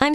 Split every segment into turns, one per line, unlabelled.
I'm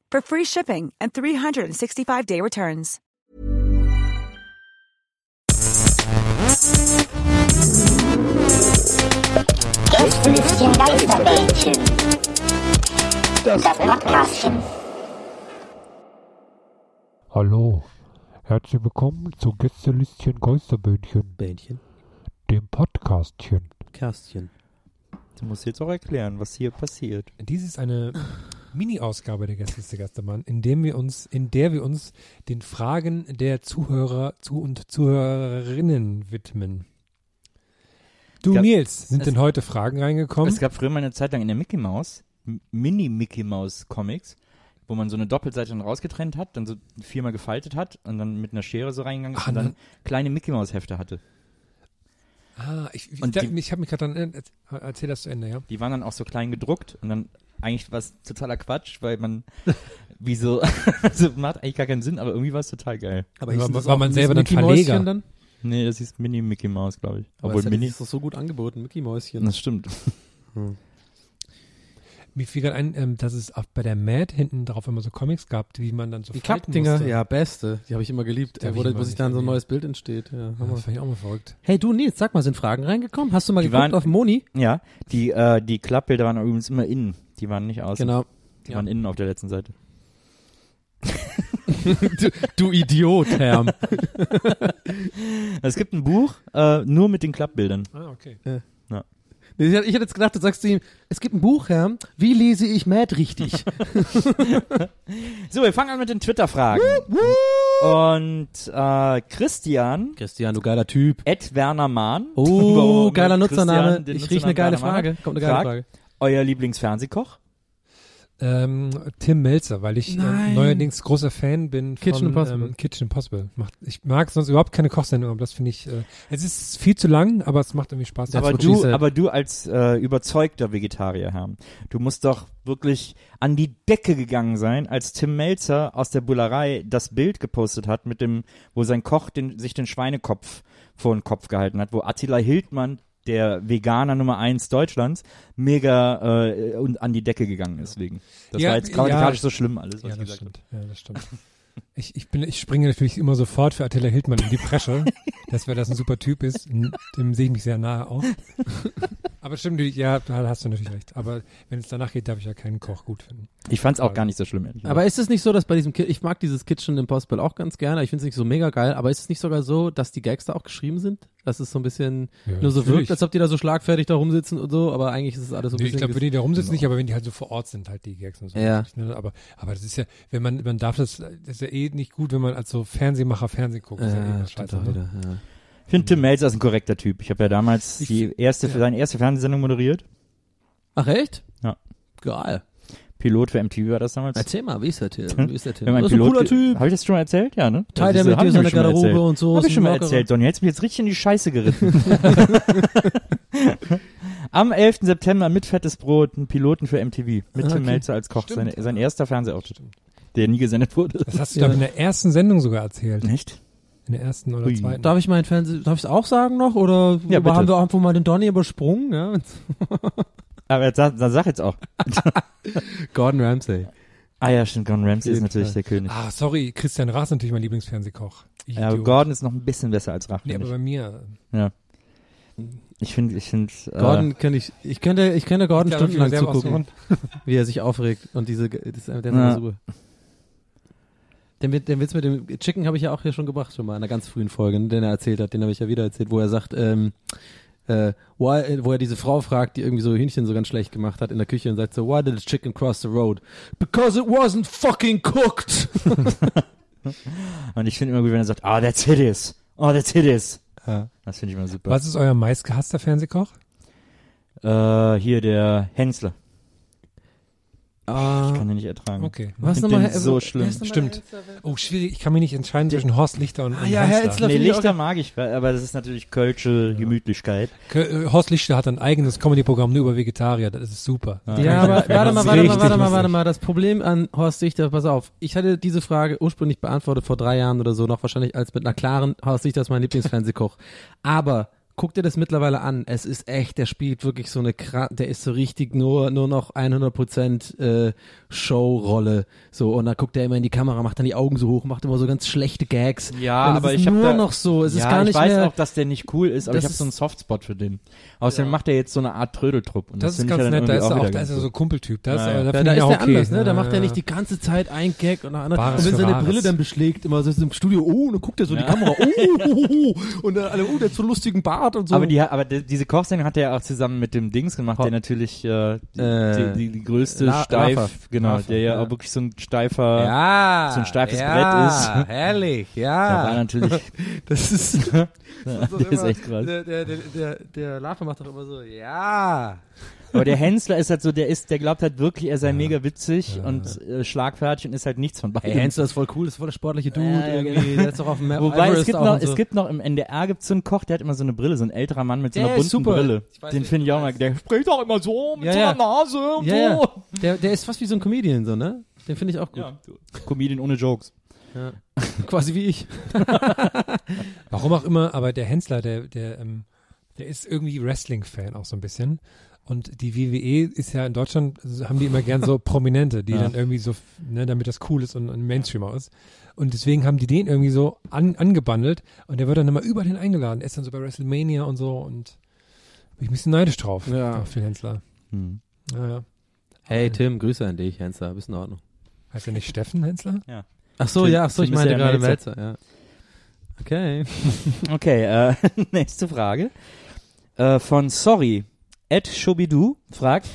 for free shipping and 365-day returns.
Jetzt ein bisschen Geisterbällchen. Das Podcastchen.
Hallo, herzlich willkommen zu Gästelistchen Geisterböhnchen,
Bähnchen.
dem Podcastchen.
Kerstchen.
Du musst jetzt auch erklären, was hier passiert.
Dies ist eine Mini-Ausgabe der Gästeliste Gastermann, in, dem wir uns, in der wir uns den Fragen der Zuhörer zu und Zuhörerinnen widmen. Du,
Gab-
Nils, sind
es-
denn heute Fragen reingekommen?
Es gab früher mal eine Zeit lang in der Mickey Mouse, M- Mini-Mickey Mouse Comics, wo man so eine Doppelseite dann rausgetrennt hat, dann so viermal gefaltet hat und dann mit einer Schere so reingegangen ist
Ah,
und dann
ne.
kleine Mickey Mouse Hefte hatte.
Ah, ich, ich,
Und
da-
die-
ich habe mich gerade dann, erzähl das zu Ende, ja?
Die waren dann auch so klein gedruckt und dann eigentlich war es totaler Quatsch, weil man wieso also macht eigentlich gar keinen Sinn, aber irgendwie war es total geil.
Aber
War-
hieß das
war
auch
man
dieses
selber dann
Mickey
Verleger?
Mäuschen Dann?
Nee, das hieß Mini Mickey Mouse, glaube ich.
Aber
Obwohl
das
Mini
ist doch so gut angeboten, Mickey Mäuschen.
Das stimmt.
Mir fiel gerade ein, ähm, dass es auch bei der Mad hinten drauf immer so Comics gab, die man dann so
die
falten
Klappdinger,
musste.
ja, beste. Die habe ich immer geliebt,
Die hab
äh,
ich
wo, da-
immer
wo sich
nicht
dann so ein
geliebt.
neues Bild entsteht. Ja,
Ja,
Hammer.
Das fand ich auch mal verrückt.
Hey du Nils, sag mal, sind Fragen reingekommen? Hast du mal
Die
geguckt
waren-
auf Moni?
Ja, die äh, die Klappbilder waren übrigens immer innen, die waren nicht außen.
Genau.
Die waren innen auf der letzten Seite.
Du, du Idiot, Herm.
Es gibt ein Buch äh, nur mit den Klappbildern.
Ah, okay.
Nee, Ich hatte ich hatte jetzt gedacht, du sagst zu ihm, es gibt ein Buch, Herm, wie lese ich Mad richtig?
So, wir fangen an mit den Twitter-Fragen. Und äh, Christian,
Christian, du geiler Typ.
Ed Werner Mahn.
Oh,
Warum
geiler
Christian
Nutzername.
den
Ich rieche eine
Nutzernamen
geile
Werner Mahn
Frage.
hat?
Kommt eine geile
Frag,
Frage.
Euer Lieblingsfernsehkoch?
Ähm, Tim Melzer, weil ich
Nein.
ähm, neuerdings großer Fan bin von
Kitchen Impossible.
Ähm, Kitchen Impossible. Macht, ich mag sonst überhaupt keine Kochsendung, aber das finde ich, äh, es ist viel zu lang, aber es macht irgendwie Spaß.
That's
aber
what she
du,
said.
aber du als äh, überzeugter Vegetarier, Herr, du musst doch wirklich an die Decke gegangen sein, als Tim Melzer aus der Bullerei das Bild gepostet hat mit dem, wo sein Koch den, sich den Schweinekopf vor den Kopf gehalten hat, wo Attila Hildmann der Veganer Nummer eins Deutschlands mega äh, und an die Decke gegangen ist wegen. Das
Ja,
war jetzt grammatikalisch
ja.
so schlimm alles, was
ja,
ich
das
gesagt habe.
stimmt. ja, das stimmt. Ich, ich, bin, ich springe natürlich immer sofort für Attila Hildmann in die Presche, dass wer das ein super Typ ist. N- Dem sehe ich mich sehr nahe auch. Aber stimmt, du- ja, da hast du natürlich recht. Aber wenn es danach geht, darf ich ja keinen Koch gut finden.
Ich fand es auch gar nicht so schlimm, ehrlich gesagt.
Aber ist es nicht so, dass bei diesem, Ki ich mag dieses Kitchen Impossible auch ganz gerne, ich finde es nicht so mega geil, aber ist es nicht sogar so, dass die Gags da auch geschrieben sind? Dass es so ein bisschen
Ja,
nur so
natürlich.
wirkt, als ob die da so schlagfertig da rumsitzen und so, aber eigentlich ist es alles so ein
Nee, ich
bisschen. Genau.
glaube, wenn die da rumsitzen, nicht, aber wenn die halt so vor Ort sind, halt die Gags und so.
Ja.
natürlich, ne? Aber, aber das ist ja, wenn man, man darf das, das ist ja eh nicht gut, wenn man als so Fernsehmacher Fernsehen guckt. Das ist ja eh
ja,
immer
Äh, stimmt
scheiße,
auch
ne?
wieder. Ja.
Ich finde Tim Melzer ist ein korrekter Typ. Ich habe ja damals
Ich-
die erste,
ja.
seine erste Fernsehsendung moderiert.
Ach echt?
Ja.
Geil.
Pilot für MTV war das damals.
Erzähl mal, wie ist der Tim? Wie ist der
Hm?
Tim?
Wenn man
Das ist ein
Pilot
cooler Typ.
Habe ich das schon mal erzählt? Ja, ne?
Teilt
Das
er
ist-
mit
haben
dir
wir
seine
schon mal
Garderobe
erzählt.
und so.
Habe
ist
ich
ein
schon mal
lockerer-
erzählt, Donny. Jetzt bin ich jetzt richtig in die Scheiße geritten. Am 11. September mit Fettes Brot, einen Piloten für MTV. Mit
Ah, okay.
Tim Melzer als Koch.
Stimmt.
Seine, sein erster Fernsehauftritt, der nie gesendet wurde.
Das hast du,
Ja.
glaube ich, in der ersten Sendung sogar erzählt.
Nicht?
In der ersten oder
Ui.
zweiten.
Darf ich meinen Fernseh, darf ich es auch sagen noch? Oder
Ja, bitte.
haben wir einfach mal den Donny übersprungen? Ja?
Aber jetzt, sag- sag jetzt auch.
Gordon Ramsay.
Ah ja, stimmt. Gordon Ramsay ist
jeden
natürlich
Fall.
der König.
Ah, sorry, Christian Raas ist natürlich mein Lieblingsfernsehkoch.
Oh
Ja, aber
Idiot.
Gordon ist noch ein bisschen besser als Rach.
Nee,
finde
aber
ich.
bei mir.
ich finde, ich finde, äh,
Gordon kann ich, ich könnte, ich könnte Gordon
Ich glaube,
stundenlang
ich will selber
zugucken, wie er sich aufregt und diese, das ist einfach der
Ja.
Ruhe. Den, Wit- den Witz mit dem Chicken habe ich ja auch hier schon gebracht, schon mal in einer ganz frühen Folge, ne, den er erzählt hat, den habe ich ja wieder erzählt, wo er sagt, ähm, äh, why, wo er diese Frau fragt, die irgendwie so Hühnchen so ganz schlecht gemacht hat in der Küche und sagt so, why did the chicken cross the road? Because it wasn't fucking cooked.
Und ich finde immer gut, wenn er sagt, ah, that's hideous. Oh, that's hideous.
Ja.
Das finde ich immer super.
Was ist euer meistgehasster Fernsehkoch?
Äh, hier der Hensler.
Ah,
Ich kann den nicht ertragen.
Okay.
Ich
was
find
nochmal?
den so schlimm.
Stimmt. Oh, schwierig. Ich kann mich nicht entscheiden zwischen Horst Lichter und,
Ah,
und
ja, Herr
Hensler.
Elzler
Nee,
finde ich auch-
Lichter mag ich, weil- aber das ist natürlich kölsche Gemütlichkeit.
Ke- äh, Horst Lichter hat ein eigenes Comedy-Programm nur über Vegetarier. Das ist super.
Ja, aber warte mal,
ist
warte mal,
richtig
warte mal, warte
lustig.
mal. Das Problem an Horst Dichter, pass auf. Ich hatte diese Frage ursprünglich beantwortet vor drei Jahren oder so, noch wahrscheinlich als mit einer klaren Horst Dichter ist mein Lieblingsfernsehkoch. Aber guck dir das mittlerweile an. Es ist echt, der spielt wirklich so eine, kra- der ist so richtig nur, nur noch 100 Prozent, äh, Showrolle. So, und dann guckt er immer in die Kamera, macht dann die Augen so hoch, macht immer so ganz schlechte Gags.
Ja,
und es
aber
ist
ich hab
nur
da-
noch so. Es
ja,
ist gar nicht
ich weiß
mehr.
auch, dass der nicht cool ist, aber ich
Das
habe so einen
ist-
Softspot für den. Außerdem macht er jetzt so eine Art Trödeltrupp. Und
Das,
das,
ist
find ich
ganz
ja dann
nett. Da ist
irgendwie
er auch,
wieder
da ist er
ganz
so
gut.
Kumpeltyp. Da ist,
Ja,
er-
ja.
da
Ja,
finde
da
ich
ist
auch
der
okay.
anders, ne? Da
Ja,
macht er
ja,
nicht
ja.
die ganze Zeit ein Gag und eine andere.
Bares
und wenn
für
seine
Wahres.
Brille dann beschlägt, immer so ist im Studio, oh, und dann guckt er so in die Kamera, oh, oh, oh, oh, und dann alle, oh, der hat so einen lustigen Bart und so.
Aber, die, aber de- diese Kochsendung hat er ja auch zusammen mit dem Dings gemacht,
Ho-
der natürlich äh, die,
Äh,
die, die größte
La-
Steif,
Laffer.
genau,
Laffer,
der ja,
ja.
auch wirklich so ein steifer,
ja,
so ein steifes
ja,
Brett ist.
herrlich,
da
ja.
war natürlich,
das ist,
das ist echt krass.
Der, der, der, der, der Lava macht doch immer so, ja.
Aber der Hensler ist halt so, der ist, der glaubt halt wirklich, er sei mega witzig und äh, schlagfertig und ist halt nichts von beidem.
Ey, Hansel ist voll cool, ist voll der sportliche Dude,
Ja, ja,
irgendwie,
genau.
der ist doch auf dem Mount
Wobei es
Everest
gibt,
auch
noch,
und so.
es gibt noch im NDR gibt's so einen Koch, der hat immer so eine Brille, so ein älterer Mann mit so
Der
einer
ist
bunten
super.
Brille.
Ich weiß,
Den
wen
finde
du
ich auch mal,
meinst.
der spricht auch immer so mit
Ja,
so
ja.
einer Nase und
ja, ja.
so.
Der, der ist fast wie so ein Comedian, so, ne? Den finde ich auch gut.
Ja. Comedian ohne Jokes.
Quasi wie ich.
Warum auch immer, aber der Hensler, der, der, ähm, der ist irgendwie Wrestling-Fan auch so ein bisschen. Und die WWE ist ja in Deutschland, also haben die immer gern so Prominente, die
Ja.
dann irgendwie so, ne, damit das cool ist und ein Mainstream auch ist. Und deswegen haben die den irgendwie so an, angebandelt und der wird dann immer über den eingeladen. Er ist dann so bei WrestleMania und so und bin ich ein bisschen neidisch drauf
Ja.
auf den Hensler.
Hm.
Naja.
Hey Tim, Grüße an dich, Hansel, bist in Ordnung.
Heißt er nicht Steffen Hensler?
Ach so,
Tim-
ja, ach so,
Tim
ich
ist
meinte
ja
gerade
Melzer.
Melzer, ja. Okay.
Okay, äh, nächste Frage. Äh, von Sorry. Ed Shobidu fragt,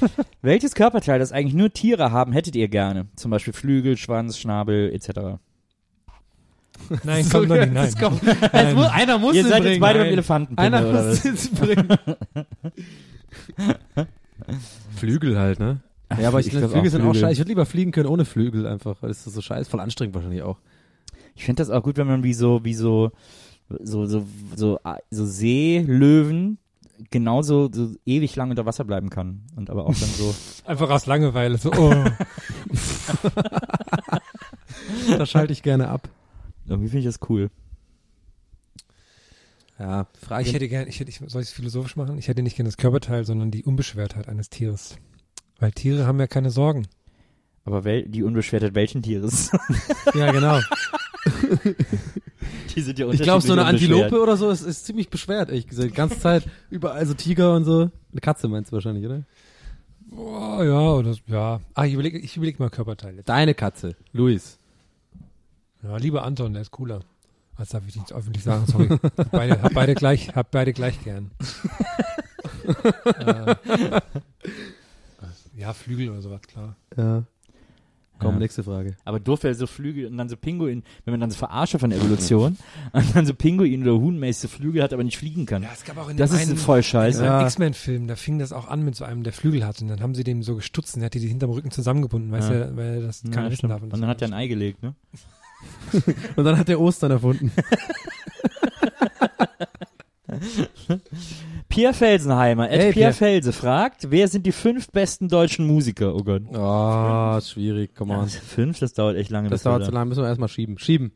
welches Körperteil, das eigentlich nur Tiere haben, hättet ihr gerne? Zum Beispiel Flügel, Schwanz, Schnabel, etc.
Nein, kommt noch nicht, nein.
Es kommt, es muss, einer muss
Ihr
ihn
seid
bringen.
jetzt beide beim
Nein.
Elefanten.
Einer
oder was?
muss es bringen. Flügel halt, ne? Ja, aber ich,
glaub
Flügel
auch
sind auch scheiße. Ich würde lieber fliegen können ohne Flügel einfach, weil das ist so scheiße, voll anstrengend wahrscheinlich auch.
Ich finde das auch gut, wenn man wie so, wie so, so, so, so, ah, so Seelöwen genauso so ewig lang unter Wasser bleiben kann. Und aber auch dann so.
Einfach aus Langeweile. So, oh.
Da schalte ich gerne ab.
Irgendwie finde ich das cool.
Ja, Frage.
Ich hätte gern, ich hätte, ich, soll ich es philosophisch machen? Ich hätte nicht gern das Körperteil, sondern die Unbeschwertheit eines Tieres. Weil Tiere haben ja keine Sorgen.
Aber wel, die Unbeschwertheit welchen Tieres?
ja, genau.
die sind ja
Ich glaube, so eine
unterschiedlich unbeschwert.
Antilope oder so ist, ist ziemlich beschwert, ehrlich gesagt. Die ganze Zeit überall so Tiger und so. Eine Katze meinst du wahrscheinlich, oder?
Oh, ja, oder, ja. Ah, ich überlege, ich überlege mal Körperteile.
Deine Katze, Luis.
Ja, lieber Anton, der ist cooler. Das darf ich nicht öffentlich sagen, sorry. Hab beide, hab beide gleich, hab beide gleich gern. äh, ja, Flügel oder sowas, klar.
Ja. Komm,
Ja.
nächste Frage.
Aber doof wäre so Flügel und dann so Pinguin, wenn man dann so verarsche von der Evolution und dann so Pinguin oder Huhnmäßig Flügel hat, aber nicht fliegen kann.
Ja, es gab auch in
Das
dem
ist
einen,
voll scheiße.
ja.
Ja.
X-Men-Film, da fing das auch an mit so einem, der Flügel hatte. Und dann haben sie dem so gestutzt und er hat die hinterm Rücken zusammengebunden, weißt
Ja.
du, weil er das
Ja,
keiner wissen
stimmt.
darf.
und dann hat er ein Ei gelegt, ne?
Und dann hat der Ostern erfunden.
Pierre Felsenheimer, at
Hey,
Pierre,
Pierre.
Felse fragt, wer sind die fünf besten deutschen Musiker? Oh Gott.
Ah, schwierig, come
Ja,
on.
fünf, das dauert echt lange.
Das
bis wir
dauert
da-
zu lange, müssen wir erstmal schieben. Schieben.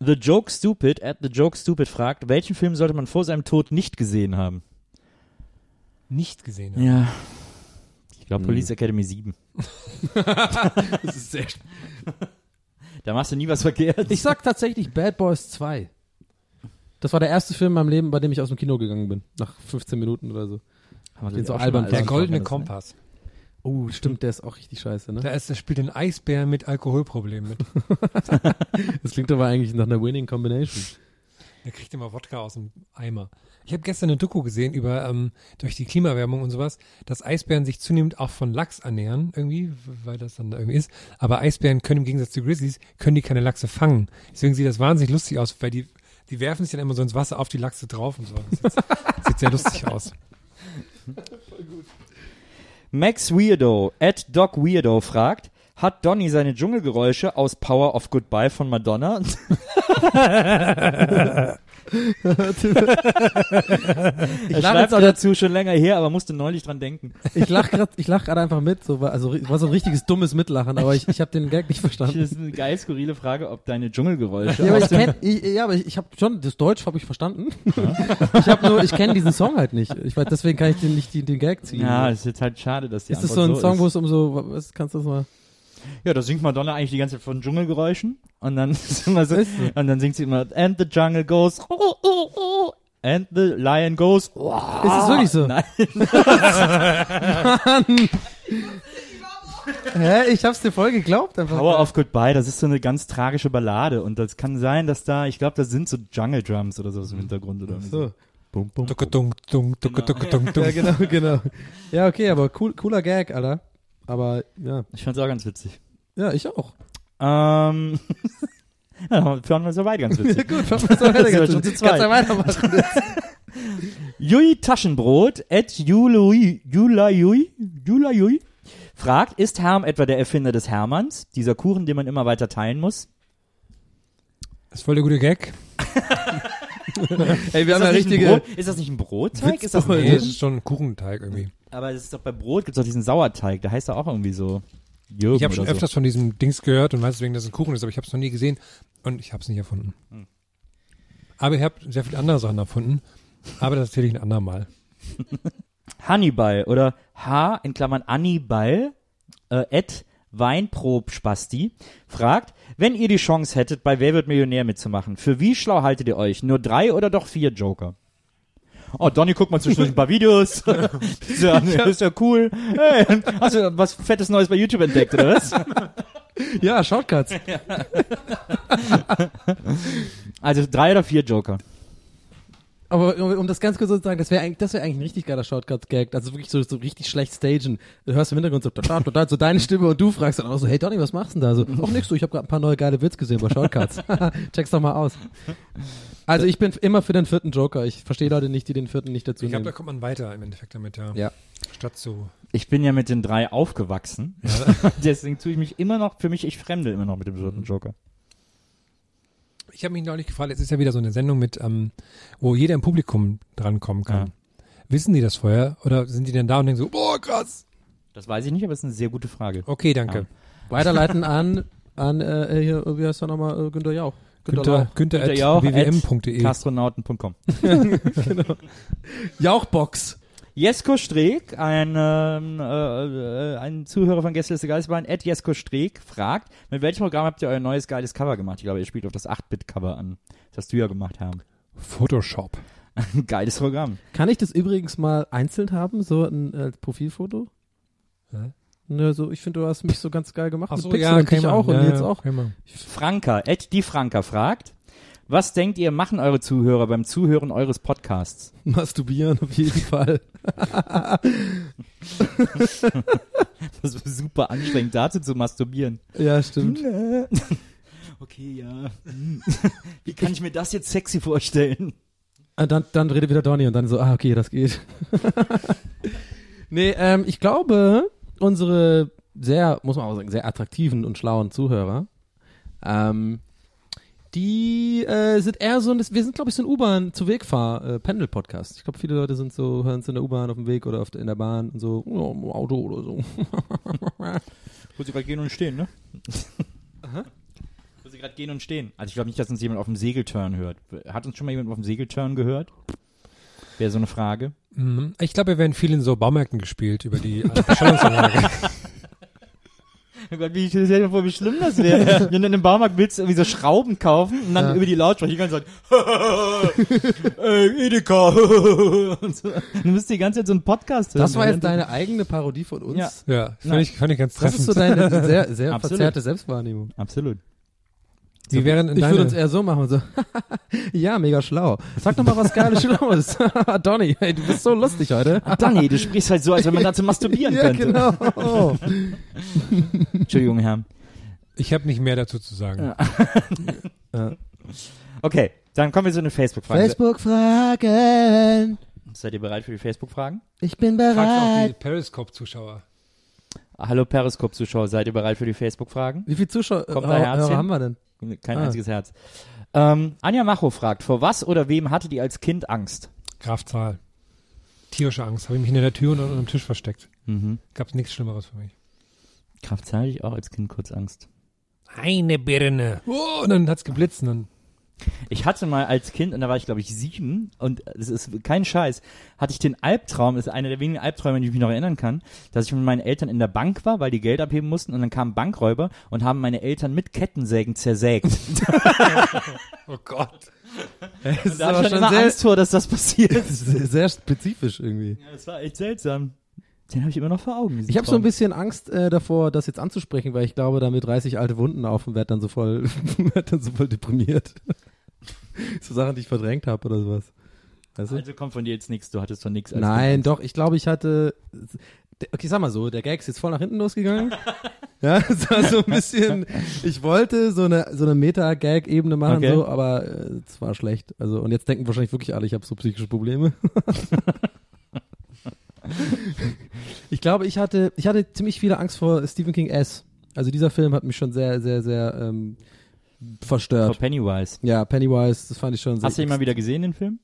The Joke Stupid at The Joke Stupid fragt, welchen Film sollte man vor seinem Tod nicht gesehen haben?
nicht gesehen. hat.
Ja. Ich glaube
Hm.
Police Academy 7.
Das ist echt.
Da machst du nie was verkehrt.
Ich sag tatsächlich Bad Boys 2. Das war der erste Film in meinem Leben, bei dem ich aus dem Kino gegangen bin. Nach 15 Minuten oder so.
Haben wir
Den
das
so
auch schon
albern
mal
fand.
Der
alles
goldene
besprochen,
Kompass.
ne? Oh, stimmt, der ist auch richtig scheiße, ne?
Da ist, das spielt ein Eisbär mit Alkoholproblemen mit.
Das klingt aber eigentlich nach einer Winning Combination.
Der kriegt immer Wodka aus dem Eimer. Ich habe gestern eine Doku gesehen über ähm, durch die Klimaerwärmung und sowas, dass Eisbären sich zunehmend auch von Lachs ernähren, irgendwie, weil das dann da irgendwie ist. Aber Eisbären können im Gegensatz zu Grizzlies, können die keine Lachse fangen. Deswegen sieht das wahnsinnig lustig aus, weil die, die werfen sich dann immer so ins Wasser auf die Lachse drauf und so. Das sieht, sieht sehr lustig aus.
Max Weirdo, at Doc Weirdo fragt, hat Donny seine Dschungelgeräusche aus Power of Goodbye von Madonna? er
lach
schreibt
jetzt
auch
grad-
dazu schon länger her, aber musste neulich dran denken.
Ich lach grad, ich lach gerade einfach mit, so war, also ri- war so ein richtiges dummes Mitlachen, aber ich, ich habe den Gag nicht
Das
verstanden.
ist eine geil skurrile Frage, ob deine Dschungelgeräusche
Ja, aber
aus
ich, kenn, ich, ja, aber ich, ich habe schon das Deutsch habe ich verstanden. Ich habe nur, ich kenne diesen Song halt nicht. Ich weiß, deswegen kann ich den nicht den, den Gag ziehen.
Ja, es ist jetzt halt schade, dass die
ist das so
Antwort
ein Song, wo
ist.
es um so, was kannst du das mal?
Ja, da singt Madonna eigentlich die ganze Zeit von Dschungelgeräuschen und dann ist immer so, und dann singt sie immer And the jungle goes oh, oh, oh, and the lion goes oh.
Ist das wirklich so?
Nein.
Hä? Ich hab's dir voll geglaubt einfach.
Power of Goodbye, das ist so eine ganz tragische Ballade und das kann sein, dass da, ich glaube, das sind so Jungle Drums oder sowas im Hintergrund oder so. Bum, bum.
Ducke, dunk, dunk, ducke, ducke, dunk, dunk.
Ja, genau, genau. Ja, okay, aber cool, cooler Gag, Alter. Aber ja,
Ich fand's auch ganz witzig.
ja, ich auch.
Ähm, ja, fanden wir soweit ganz witzig.
Gut, fassen wir so weiter.
Sind wir schon zu
Kannst du
zweit.
weitermachen.
Jui Taschenbrot at Jului, Jula Jui, Jula Jui fragt, ist Herm etwa der Erfinder des Hermanns? Dieser Kuchen, den man immer weiter teilen muss?
Das ist voll der gute Gag.
Ey, wir
ist,
haben
das
ja
nicht
richtige.
ein Brot, ist das nicht ein Brotteig? Ist das ein
Nee, das
Brot?
ist schon ein Kuchenteig irgendwie.
Aber es ist doch bei Brot, gibt's doch diesen Sauerteig, der heißt ja auch irgendwie so. Jürgen
Ich habe schon
oder so.
öfters von diesem Dings gehört und weiß deswegen, dass es ein Kuchen ist, aber ich habe es noch nie gesehen und ich habe es nicht erfunden. Aber ich habe sehr viele andere Sachen erfunden, aber das erzähle ich ein andermal.
Hannibal oder H in Klammern Annibal äh, at Weinprob-Spasti fragt, wenn ihr die Chance hättet, bei Wer wird Millionär mitzumachen, für wie schlau haltet ihr euch? Nur drei oder doch vier Joker? Oh, Donny, guck mal zwischendurch ein paar Videos. ist, ja, ist ja cool. Hey, hast du was Fettes Neues bei YouTube entdeckt, oder was?
Ja, Shortcuts.
Also drei oder vier Joker.
Aber um, um das ganz kurz so zu sagen, das wäre eigentlich, das wäre eigentlich ein richtig geiler Shortcut-Gag. Also wirklich so, so richtig schlecht stagen. Du hörst im Hintergrund so, total, total, so deine Stimme und du fragst dann auch so, hey Donny, was machst du denn da? So, auch nix, du, ich habe gerade ein paar neue geile Witz gesehen bei Shortcuts. Check's doch mal aus. Also ich bin immer für den vierten Joker. Ich verstehe Leute nicht, die den vierten nicht dazu
Ich glaube, da
nehmen.
kommt man weiter im Endeffekt damit, Mhm. ja.
Ja.
Statt zu.
Ich bin ja mit den drei aufgewachsen. Deswegen tue ich mich immer noch, für mich, ich fremde immer noch mit dem vierten Joker.
Ich habe mich neulich gefragt, es ist ja wieder so eine Sendung mit, ähm, wo jeder im Publikum drankommen kann. Wissen die das vorher oder sind die dann da und denken so, boah, krass.
Das weiß ich nicht, aber es ist eine sehr gute Frage.
Okay, danke.
Weiterleiten an, an äh, hier, wie heißt er nochmal, äh, Günther Jauch.
Günther, Günther,
Könnt ihr ja
at
auch
wwm.de.
Castronauten.com.
Lauch. Jauchbox.
Jesko Streeck, ein, ähm, äh, äh, ein Zuhörer von Gästeliste Geistbahn, at Jesko Streeck, fragt, mit welchem Programm habt ihr euer neues geiles Cover gemacht? Ich glaube, ihr spielt auf das 8-Bit-Cover an. Das hast du ja gemacht, haben.
Photoshop.
Geiles Programm.
Kann ich das übrigens mal einzeln haben, so ein äh, Profilfoto?
Hä?
Ne, so, ich finde, du hast mich so ganz geil gemacht.
Ach so,
mit
ja,
Pixeln und
kann
dich
ich
auch
machen.
und
ja,
jetzt
ja,
auch.
kann ich machen.
Franka, at die Franka fragt, was denkt ihr, machen eure Zuhörer beim Zuhören eures Podcasts?
Masturbieren auf jeden Fall.
Das ist super anstrengend, dazu zu masturbieren.
Ja, stimmt.
Okay, ja. Hm. Wie kann ich mir das jetzt sexy vorstellen?
Und Ah, dann, dann redet wieder Donny und dann so, ah, okay, das geht. nee, ähm, ich glaube, unsere sehr, muss man auch sagen, sehr attraktiven und schlauen Zuhörer, ähm, die äh, sind eher so ein, wir sind, glaube ich, so ein U-Bahn zu Wegfahr, äh, Pendel-Podcast. Ich glaube, viele Leute sind so, hören es in der U-Bahn auf dem Weg oder auf der, in der Bahn und so, oh, im Auto oder so.
Wo sie gerade gehen und stehen, ne? Wo sie gerade gehen und stehen. Also ich glaube nicht, dass uns jemand auf dem Segelturn hört. Hat uns schon mal jemand auf dem Segelturn gehört? Wäre so eine Frage.
Mhm. Ich glaube, wir werden viel in so Baumärkten gespielt über die äh, Beschallungsanlage.
Oh Gott, wie, ich stell dir vor, wie schlimm das wäre. Wenn du in einem Baumarkt willst, irgendwie so Schrauben kaufen und dann
Ja.
über die Lautsprecher die ganze Zeit, äh, Edeka, und so. Du müsstest die ganze Zeit so einen Podcast hören. ne?
Das war jetzt deine eigene Parodie von uns.
Ja.
Ja, fand
Nein.
ich, fand ich ganz
Das
treffend.
ist so deine sehr, sehr
Absolut.
verzerrte Selbstwahrnehmung.
Absolut.
Wie wären denn
Ich würde uns
deine,
eher so machen, so, ja, mega schlau. Sag doch mal was Geiles Schlaues. Donny, hey, du bist so lustig heute.
Danny, du sprichst halt so, als wenn man dazu masturbieren
ja,
könnte.
genau.
Entschuldigung, Herr.
ich habe nicht mehr dazu zu sagen.
Okay, dann kommen wir zu den Facebook-Fragen.
Facebook-Fragen.
Seid ihr bereit für die Facebook-Fragen?
Ich bin
Fragst auch die
bereit.
Periscope-Zuschauer.
Ah, Hallo Periscope-Zuschauer, seid ihr bereit für die Facebook-Fragen?
Wie viele Zuschauer
Kommt
äh,
da
Hörer
Herzchen?
haben wir denn?
Kein
Ah.
einziges Herz. Ähm, Anja Macho fragt, vor was oder wem hattet ihr als Kind Angst?
Grafzahl. Tierische Angst. Habe ich mich hinter der Tür und unter dem Tisch versteckt.
Mhm.
Gab's nichts Schlimmeres für mich.
Kraftzahl hatte ich auch als Kind kurz Angst.
Eine Birne. Oh, und dann hat's geblitzt und dann.
Ich hatte mal als Kind, und da war ich glaube ich sieben, und es ist kein Scheiß, hatte ich den Albtraum, das ist einer der wenigen Albträume, an die ich mich noch erinnern kann, dass ich mit meinen Eltern in der Bank war, weil die Geld abheben mussten, und dann kamen Bankräuber und haben meine Eltern mit Kettensägen zersägt.
Oh Gott.
Das ist
da hatte ich schon immer Angst vor, dass das passiert.
sehr, sehr spezifisch irgendwie.
Ja, das war echt seltsam. Den habe ich immer noch vor Augen. diesen
Ich habe so ein
Traum.
bisschen Angst äh, davor, das jetzt anzusprechen, weil ich glaube, damit reiße ich alte Wunden auf und werd dann so voll, werd dann so voll deprimiert. so Sachen, die ich verdrängt habe oder sowas. Weißt du?
Also kommt von dir jetzt nichts, du hattest von nichts.
Nein, doch, ich glaube, ich hatte. der- Okay, sag mal so, der Gag ist jetzt voll nach hinten losgegangen. ja, es war so ein bisschen. Ich wollte so eine, so eine Meta-Gag-Ebene machen,
Okay.
so, aber äh, es war schlecht. Also, und jetzt denken wahrscheinlich wirklich alle, ich habe so psychische Probleme. ich glaube, ich hatte, ich hatte ziemlich viele Angst vor Stephen King S. Also dieser Film hat mich schon sehr, sehr, sehr ähm,
Vor
verstört.
Pennywise.
Ja, Pennywise, das fand ich schon sehr.
Hast du ihn mal wieder gesehen, den Film?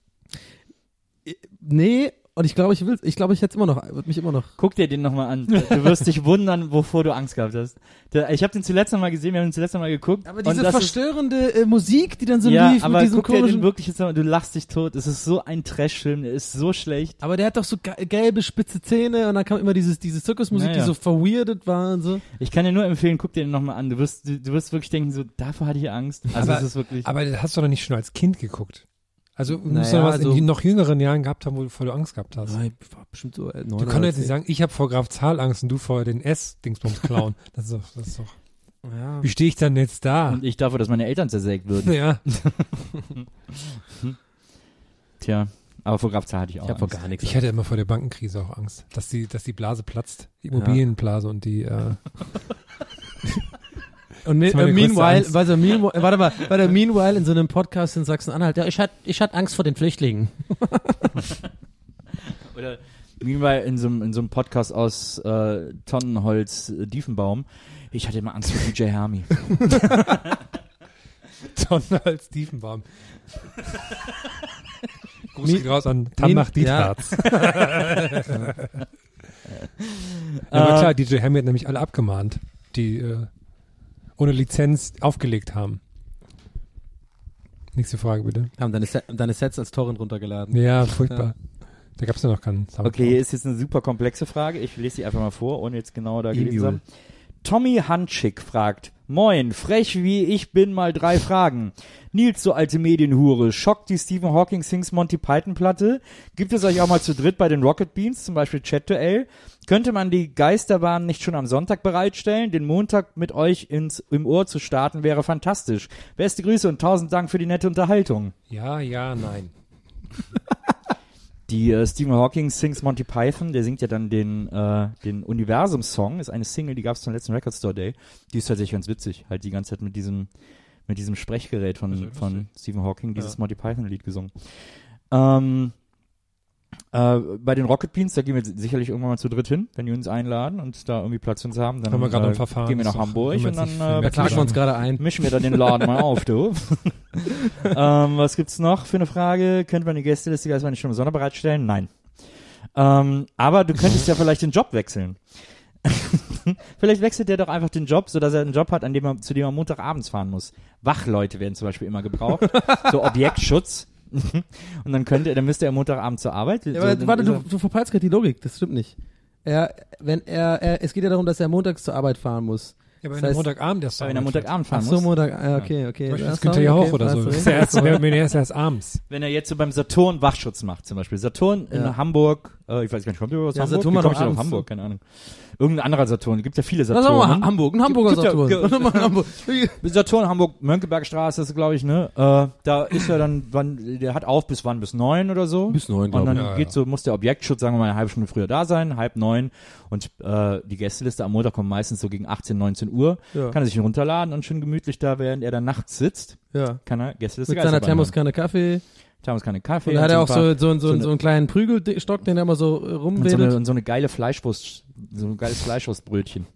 Nee, und ich glaube, ich will, ich glaube, ich hätte immer noch, wird mich immer noch
Guck dir den nochmal an. Du wirst dich wundern, wovor du Angst gehabt hast. Der- Ich habe den zuletzt nochmal gesehen, wir haben den zuletzt nochmal geguckt.
Aber
und
diese
das ist-
verstörende äh, Musik, die dann so
ja,
lief
aber
mit diesem
guck dir den
komischen.
wirklich jetzt nochmal, du lachst dich tot. Es ist so ein Trash-Film, der ist so schlecht.
Aber der hat doch so ge- gelbe spitze Zähne und dann kam immer dieses diese Zirkusmusik,
Naja.
die so verweirdet war und so.
Ich kann dir nur empfehlen, guck dir den nochmal an. Du wirst, du, du wirst wirklich denken, so, davor hatte ich Angst. Also
aber,
es ist wirklich.
aber das hast du doch nicht schon als Kind geguckt. Also du musst
Naja,
doch was
also-
in die noch jüngeren Jahren gehabt haben, wo du vor du Angst gehabt hast.
Nein, war bestimmt so. Äh,
Du kannst doch jetzt nicht sagen, ich habe vor Grafzahl Angst und du vor den S-Dingsbums klauen. das, ist doch, das ist doch.
Ja.
Wie stehe ich dann jetzt da?
und ich davor, dass meine Eltern zersägt würden.
Ja.
Tja, aber vor Grafzahl hatte ich auch
Ich habe vor
Angst.
gar nichts.
Ich hatte immer vor der Bankenkrise auch Angst, dass die, dass die Blase platzt. Die Immobilienblase und die. Äh,
und me
ist meine
äh,
größte
meanwhile,
Angst.
also meanwhile, äh, warte mal, warte, meanwhile in so einem Podcast in Sachsen-Anhalt, ja, ich hatte ich hatte Angst vor den Flüchtlingen.
Oder Meanwhile in so, einem- in so einem Podcast aus äh, Tonnenholz äh, Diefenbaum. Ich hatte immer Angst vor DJ Hermi.
Donner als Diefenbaum. Gruß
Mi-
geht raus an Tamnach
Mi- ja.
Dietratz. Ja. aber
Ähm.
klar, DJ Hammy hat nämlich alle abgemahnt, die äh, ohne Lizenz aufgelegt haben. Nächste Frage bitte.
Haben deine, Set, deine Sets als Torrent runtergeladen.
Ja, furchtbar. Da gab es ja noch keinen Soundcloud.
Okay, hier ist jetzt eine super komplexe Frage. Ich lese sie einfach mal vor, ohne jetzt genau da
Emil.
gelesen zu haben. Tommy Hanschick fragt, Moin, frech wie ich bin, mal drei Fragen. Nils, so alte Medienhure, schockt die Stephen Hawking Sings Monty Python Platte? Gibt es euch auch mal zu dritt bei den Rocket Beans, zum Beispiel Chat-Duell? Könnte man die Geisterbahn nicht schon am Sonntag bereitstellen? Den Montag mit euch ins, im Ohr zu starten wäre fantastisch. Beste Grüße und tausend Dank für die nette Unterhaltung.
Ja, ja, nein.
Die äh, Stephen Hawking sings Monty Python, der singt ja dann den, äh, den Universum-Song, ist eine Single, die gab es zum letzten Record Store Day. Die ist tatsächlich ganz witzig, halt die ganze Zeit mit diesem, mit diesem Sprechgerät von, von Stephen Hawking dieses Monty Python-Lied gesungen. Ähm, äh, bei den Rocket Beans, da gehen wir sicherlich irgendwann mal zu dritt hin, wenn die uns einladen und da irgendwie Platz für uns haben, dann
Haben wir gerade
äh,
ein Verfahren,
gehen wir nach
ist doch-
Hamburg
haben wir
und dann
jetzt nicht viel
äh,
mehr
Da klagen wir uns gerade ein.
Mischen wir dann den Laden mal auf, du. ähm, was gibt's noch für eine Frage? Könnte man die Gästeliste als meine Stunde Sonne bereitstellen? Nein. Ähm, aber du könntest ja vielleicht den Job wechseln. vielleicht wechselt der doch einfach den Job, sodass er einen Job hat, an dem er, zu dem er Montagabends fahren muss. Wachleute werden zum Beispiel immer gebraucht. so Objektschutz. Und dann könnte er, dann müsste er Montagabend zur Arbeit.
Ja,
so,
aber
dann
warte,
ist
du,
er-
du verpeilst gerade die Logik, das stimmt nicht. Er, wenn er, er, es geht ja darum, dass er montags zur Arbeit fahren muss.
Ja, aber
Das
wenn er
heißt-
Montagabend erst
Weil wenn er
arbeitet.
Montagabend
Ach
fahren
so,
muss.
Montag, ah, okay, okay.
Zum Beispiel
Ja,
das
sorry,
Günther ja auch
okay,
oder so.
passt
Ist er erst, wenn er ist erst abends.
Wenn er jetzt so beim Saturn Wachschutz macht, zum Beispiel. Saturn
Ja.
in Hamburg, äh, ich weiß gar nicht, kommt der aus
Ja,
Hamburg?
Saturn
Wie
war
kommt
doch
der aus
abends.
Hamburg, keine Ahnung. Irgendein anderer Saturn, gibt ja viele
Na, sag mal,
Saturnen.
Hamburg, ein Hamburger
Gibt- gibt ja-
Saturn.
gibt-
Sag mal, Hamburg.
Saturn, Hamburg, Mönckebergstraße ist glaube ich, ne? Äh, da ist er dann, wann, der hat auf bis wann? Bis neun oder so?
Bis neun,
Und
glaube
dann
ich.
ja.
geht so, muss der Objektschutz, sagen wir mal, eine halbe Stunde früher da sein, halb neun. Und äh, die Gästeliste am Montag kommt meistens so gegen 18, 19 Uhr.
Ja.
Kann er sich runterladen und schön gemütlich da, während er dann nachts sitzt,
Ja.
kann er Gästeliste
Mit
Geisterbahn
seiner
hören.
Thermoskanne Kaffee.
Thermos keine Kaffee.
Und da hat
und
er
ein
auch
paar-
so, so, so,
eine-
so einen kleinen Prügelstock, den er immer so
und so,
äh,
eine,
rumwedelt.
und so eine geile Fleischwurst, so ein geiles Fleischwurstbrötchen.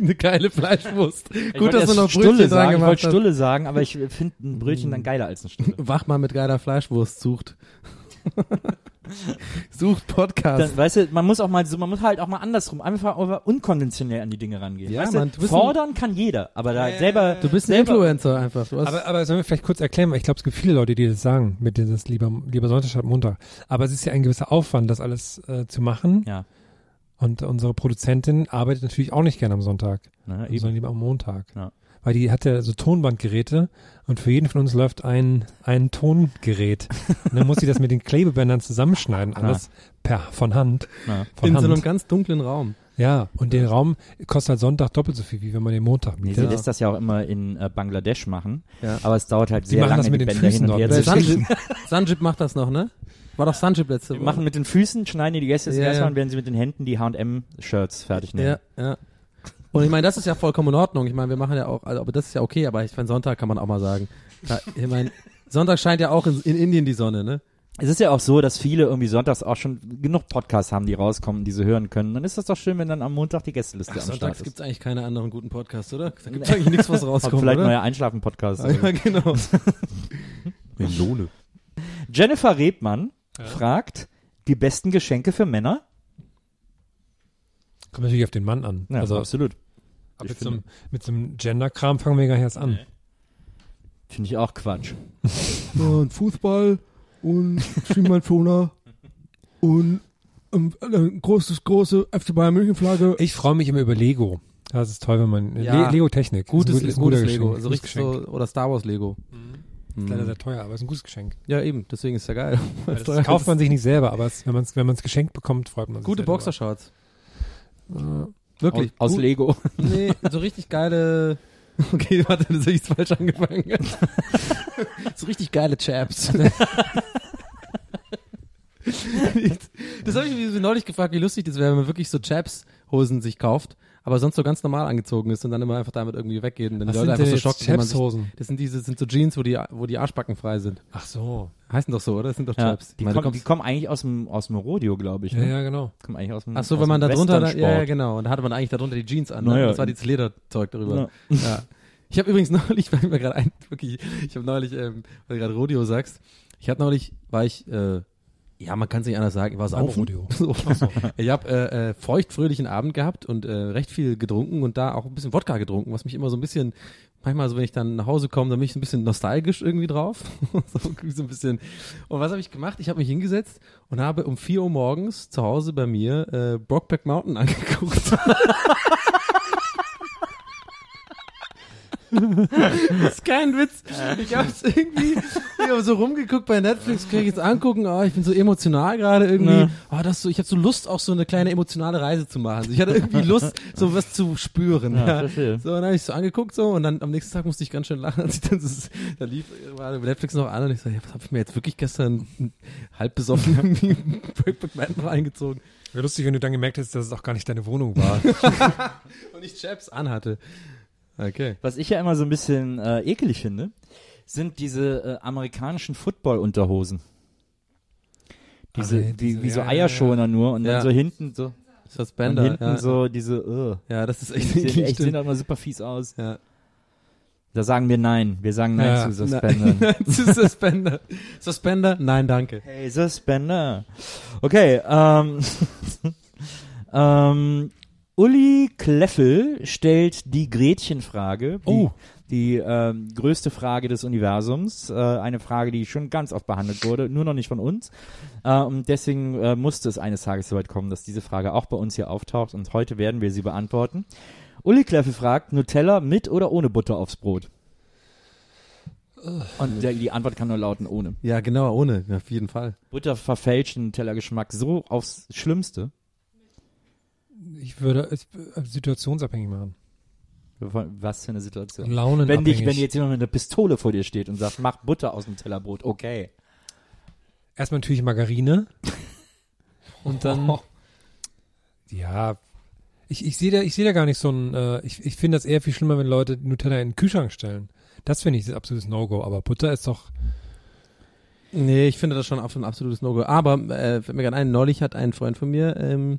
Eine geile Fleischwurst.
Ich
Gut,
wollte
dass du
erst
noch
Stulle
Brötchen dran
sagen, ich
gemacht
wollte
hast. Mm.
Stulle sagen, aber ich finde ein Brötchen dann geiler als eine Stulle.
Wachmann mit geiler Fleischwurst sucht. sucht Podcast.
Dann, weißt du, man muss auch mal so, man muss halt auch mal andersrum, einfach aber unkonventionell an die Dinge rangehen.
Ja,
weißt
Mann, du
du,
bist
fordern kann jeder, aber da
Ja,
selber,
du bist ein Influencer einfach. Du hast,
Aber, aber sollen wir vielleicht kurz erklären, weil ich glaube, es gibt viele Leute, die das sagen, mit dieses lieber, lieber Sonntag statt Montag. Aber es ist ja ein gewisser Aufwand, das alles äh, zu machen.
Ja.
Und unsere Produzentin arbeitet natürlich auch nicht gerne am Sonntag,
Na, eben.
sondern lieber am Montag.
Ja.
Weil die hat ja so Tonbandgeräte und für jeden von uns läuft ein, ein Tongerät. Und dann muss sie das mit den Klebebändern zusammenschneiden, alles per, von Hand.
Na.
Von
in
Hand.
so einem ganz dunklen Raum.
ja, und den Raum kostet halt Sonntag doppelt so viel, wie wenn man den Montag
Nee,
mietet.
sie lässt das ja auch immer in äh, Bangladesch machen,
Ja.
aber es dauert halt
Die
sehr
machen
lange,
das mit
die
den
Bänder hin
Füßen
und
dort.
her
Weil
zu
Sanjib-
schieben.
Sanjib, Sanjib macht das noch, ne? War doch Sanjib letzte
Die
Woche.
machen mit den Füßen, schneiden die die Gäste
Ja,
ja, erstmal
ja.
und werden sie mit den Händen die H&M-Shirts fertig nehmen.
ja, ja. Und ich meine, das ist ja vollkommen in Ordnung. Ich meine, wir machen ja auch, also, aber das ist ja okay, aber ich meine, Sonntag kann man auch mal sagen. Ja, Ich meine, Sonntag scheint ja auch in, in Indien die Sonne, ne?
Es ist ja auch so, dass viele irgendwie sonntags auch schon genug Podcasts haben, die rauskommen, die sie hören können. Dann ist das doch schön, wenn dann am Montag die Gästeliste am Start
Sonntags
ist.
gibt's eigentlich keine anderen guten Podcasts, oder? Da gibt's eigentlich nichts, was rauskommt,
vielleicht
oder?
neuer Einschlafen-Podcast.
Ja, genau.
Melone.
Jennifer Rebmann fragt, die besten Geschenke für Männer?
Kommt natürlich auf den Mann an. also,
absolut.
aber
ich
mit, so
finde-
einem, mit so einem Gender-Kram fangen wir gar nicht erst an.
Finde ich auch Quatsch.
und Fußball und Schienbeinschoner und ähm, eine großes, große FC Bayern München Flagge.
Ich freue mich immer über Lego. Das ist toll, wenn man.
Ja.
Le Lego Technik.
Gutes,
Ist ein
gutes,
gut- ist ein guter
Lego,
Geschenk.
also
Gutes
richtig so, ähm,
Geschenk.
oder Star Wars Lego.
Ist leider sehr teuer, aber ist ein gutes Geschenk.
Ja, eben, deswegen ist Mhm. ja geil.
Das kauft man sich nicht selber, aber es, wenn man es wenn man's geschenkt bekommt, freut man sich.
Gute
sehr drüber.
Boxershorts.
Äh,
Wirklich.
Aus, aus
Gut-
Lego.
Nee, so richtig geile. Okay, warte, das habe ich jetzt falsch angefangen. so richtig geile Chaps. das habe ich mir so neulich gefragt, wie lustig das wäre, wenn man wirklich so Chaps-Hosen sich kauft, aber sonst so ganz normal angezogen ist und dann immer einfach damit irgendwie weggeht und dann die
Was
Leute
sind
einfach
denn
so
so
schockt, wenn man sich,
Chapshosen?
Das sind diese, sind so Jeans, wo die, wo die Arschbacken frei sind.
Ach so.
Heißen doch so, oder? Das sind doch
Ja,
Chaps. Ich
die,
meine, du
kommen, die
kommst-
kommen eigentlich aus dem, aus dem Rodeo, glaube ich.
Ja,
Ne?
ja, genau.
Kommen eigentlich aus dem,
Ach so,
aus
wenn man da
dem
drunter, dann- ja, ja,
Westernsport.
genau. Und da hatte man eigentlich darunter die Jeans an. Ne?
Naja.
Das war dieses Lederzeug darüber. Ja. Ich habe übrigens neulich, weil mir gerade ein, wirklich, ich habe neulich, ähm, weil du gerade Rodeo sagst, ich habe neulich, war ich, äh, ja, man kann es nicht anders sagen, ich war saufen.
Rodeo.
So. Ich habe äh, äh, feuchtfröhlichen Abend gehabt und äh, recht viel getrunken und da auch ein bisschen Wodka getrunken, was mich immer so ein bisschen, manchmal so, wenn ich dann nach Hause komme, dann bin ich so ein bisschen nostalgisch irgendwie drauf. so, so ein bisschen. Und was habe ich gemacht? Ich habe mich hingesetzt und habe um 4 Uhr morgens zu Hause bei mir äh, Brockback Mountain angeguckt. Das ist kein Witz. Ich hab's irgendwie ich hab so rumgeguckt bei Netflix, kann ich jetzt angucken, oh, ich bin so emotional gerade irgendwie. Oh, das ist so, ich habe so Lust, auch so eine kleine emotionale Reise zu machen. Also ich hatte irgendwie Lust, so was zu spüren.
Ja,
Ja,
verstehe.
So, dann habe ich so angeguckt so und dann am nächsten Tag musste ich ganz schön lachen, als ich dann so, da lief war Netflix noch an und ich so, ja, was habe ich mir jetzt wirklich gestern halb besoffen irgendwie Breakback Mountain reingezogen
Wäre lustig, wenn du dann gemerkt hättest, dass es auch gar nicht deine Wohnung war.
und ich Chaps anhatte. Okay.
Was ich ja immer so ein bisschen äh, ekelig finde, sind diese äh, amerikanischen Football-Unterhosen. Diese,
Ah, ja,
die,
diese-
wie so
ja, ja, ja.
Eierschoner nur und
Ja.
dann so hinten so, und
Suspender.
hinten
ja,
so diese, uh,
ja, das ist echt,
die sehen echt,
stimmt.
sehen auch immer super fies aus.
Ja.
Da sagen wir nein. Wir sagen nein
Ja.
zu Suspender.
Nein, zu Suspender. Suspender, nein, danke.
hey, Suspender. Okay, ähm, ähm, Uli Kleffel stellt die Gretchenfrage. Die,
Oh.
Die ähm, größte Frage des Universums. Äh, eine Frage, die schon ganz oft behandelt wurde, nur noch nicht von uns. Äh, und deswegen äh, musste es eines Tages soweit kommen, dass diese Frage auch bei uns hier auftaucht. Und heute werden wir sie beantworten. Uli Kleffe fragt, Nutella mit oder ohne Butter aufs Brot? Und der, die Antwort kann nur lauten, ohne.
Ja, genau, ohne, auf jeden Fall.
Butter verfälscht den Tellergeschmack so aufs Schlimmste.
Ich würde es äh, situationsabhängig machen.
Was für eine Situation. Wenn,
Launenabhängig.
dich, wenn jetzt jemand mit einer Pistole vor dir steht und sagt, mach Butter aus dem Tellerbrot, okay.
Erstmal natürlich Margarine. Und dann. Ja. Ich, ich sehe da, ich seh da gar nicht so ein. Äh, ich ich finde das eher viel schlimmer, wenn Leute Nutella in den Kühlschrank stellen. Das finde ich das absolutes No-Go. Aber Butter ist doch.
Nee, ich finde das schon auf- ein absolutes No-Go. Aber, äh, fällt mir gerade ein, neulich hat ein Freund von mir ähm,